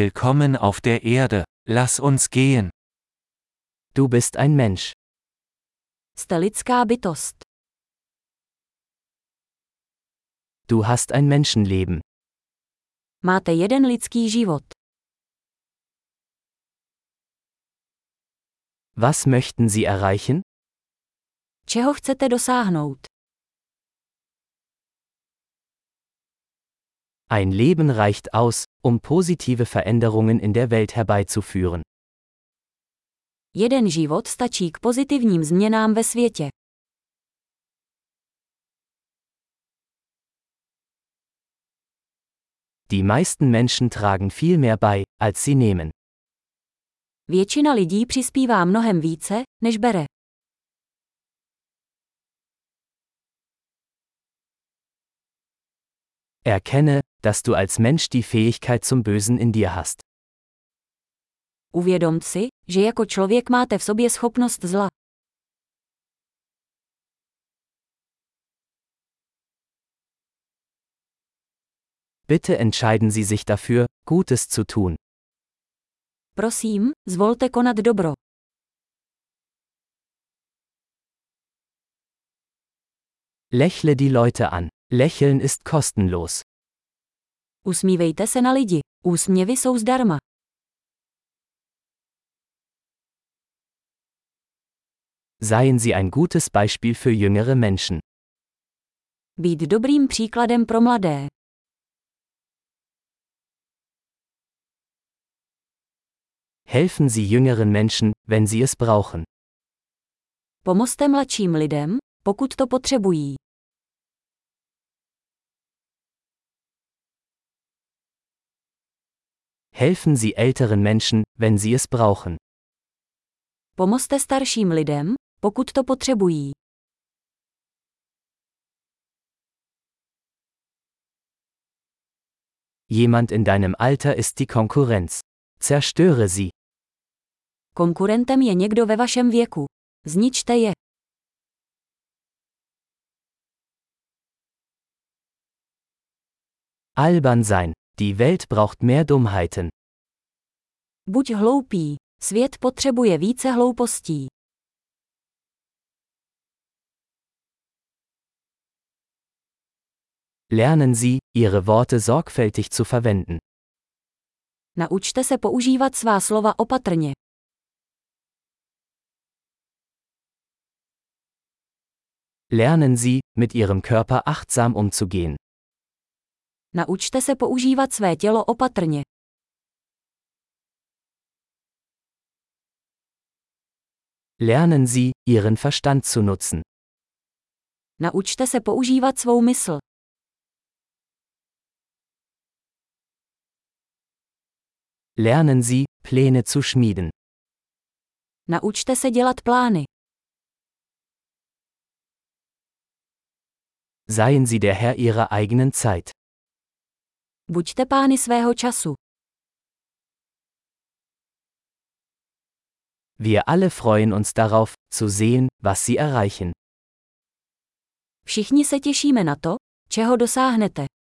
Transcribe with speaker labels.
Speaker 1: Willkommen auf der Erde, lass uns gehen.
Speaker 2: Du bist ein Mensch.
Speaker 3: Jste lidská bytost.
Speaker 2: Du hast ein Menschenleben.
Speaker 3: Máte jeden lidský život.
Speaker 2: Was möchten Sie erreichen?
Speaker 3: Čeho chcete dosáhnout?
Speaker 2: Ein Leben reicht aus, um positive Veränderungen in der Welt herbeizuführen.
Speaker 3: Jeden život stačí k pozitivním změnám ve světě.
Speaker 2: Die meisten Menschen tragen viel mehr bei, als sie nehmen.
Speaker 3: Většina lidí přispívá mnohem více, než bere.
Speaker 2: Erkenne, dass du als Mensch die Fähigkeit zum Bösen in dir hast.
Speaker 3: Uvědom si, že jako člověk máte v sobě schopnost zla.
Speaker 2: Bitte entscheiden Sie sich dafür, Gutes zu tun.
Speaker 3: Prosím, zvolte konat dobro.
Speaker 2: Lächle die Leute an. Lächeln ist kostenlos.
Speaker 3: Usmívejte se na lidi. Úsměvy jsou zdarma.
Speaker 2: Seien Sie ein gutes Beispiel für jüngere Menschen.
Speaker 3: Být dobrým příkladem pro mladé.
Speaker 2: Helfen Sie jüngeren Menschen, wenn sie es brauchen.
Speaker 3: Pomozte mladším lidem, pokud to potřebují.
Speaker 2: Helfen Sie älteren Menschen, wenn sie es brauchen.
Speaker 3: Pomozte starším lidem, pokud to potřebují.
Speaker 2: Jemand in deinem Alter ist die Konkurrenz. Zerstöre sie.
Speaker 3: Konkurentem je někdo ve vašem věku. Zničte je.
Speaker 2: Albern sein. Die Welt braucht mehr Dummheiten.
Speaker 3: Buď hloupý. Svět potřebuje více hloupostí.
Speaker 2: Lernen Sie, Ihre Worte sorgfältig zu verwenden.
Speaker 3: Naučte se používat svá slova opatrně.
Speaker 2: Lernen Sie, mit Ihrem Körper achtsam umzugehen.
Speaker 3: Naučte se používat své tělo opatrně.
Speaker 2: Lernen Sie, Ihren Verstand zu nutzen.
Speaker 3: Naučte se používat svou mysl.
Speaker 2: Lernen Sie, Pläne zu schmieden.
Speaker 3: Naučte se dělat plány.
Speaker 2: Seien Sie der Herr Ihrer eigenen Zeit.
Speaker 3: Buďte pány svého času.
Speaker 2: Wir alle freuen uns darauf, zu sehen, was Sie erreichen.
Speaker 3: Všichni se těšíme na to, čeho dosáhnete.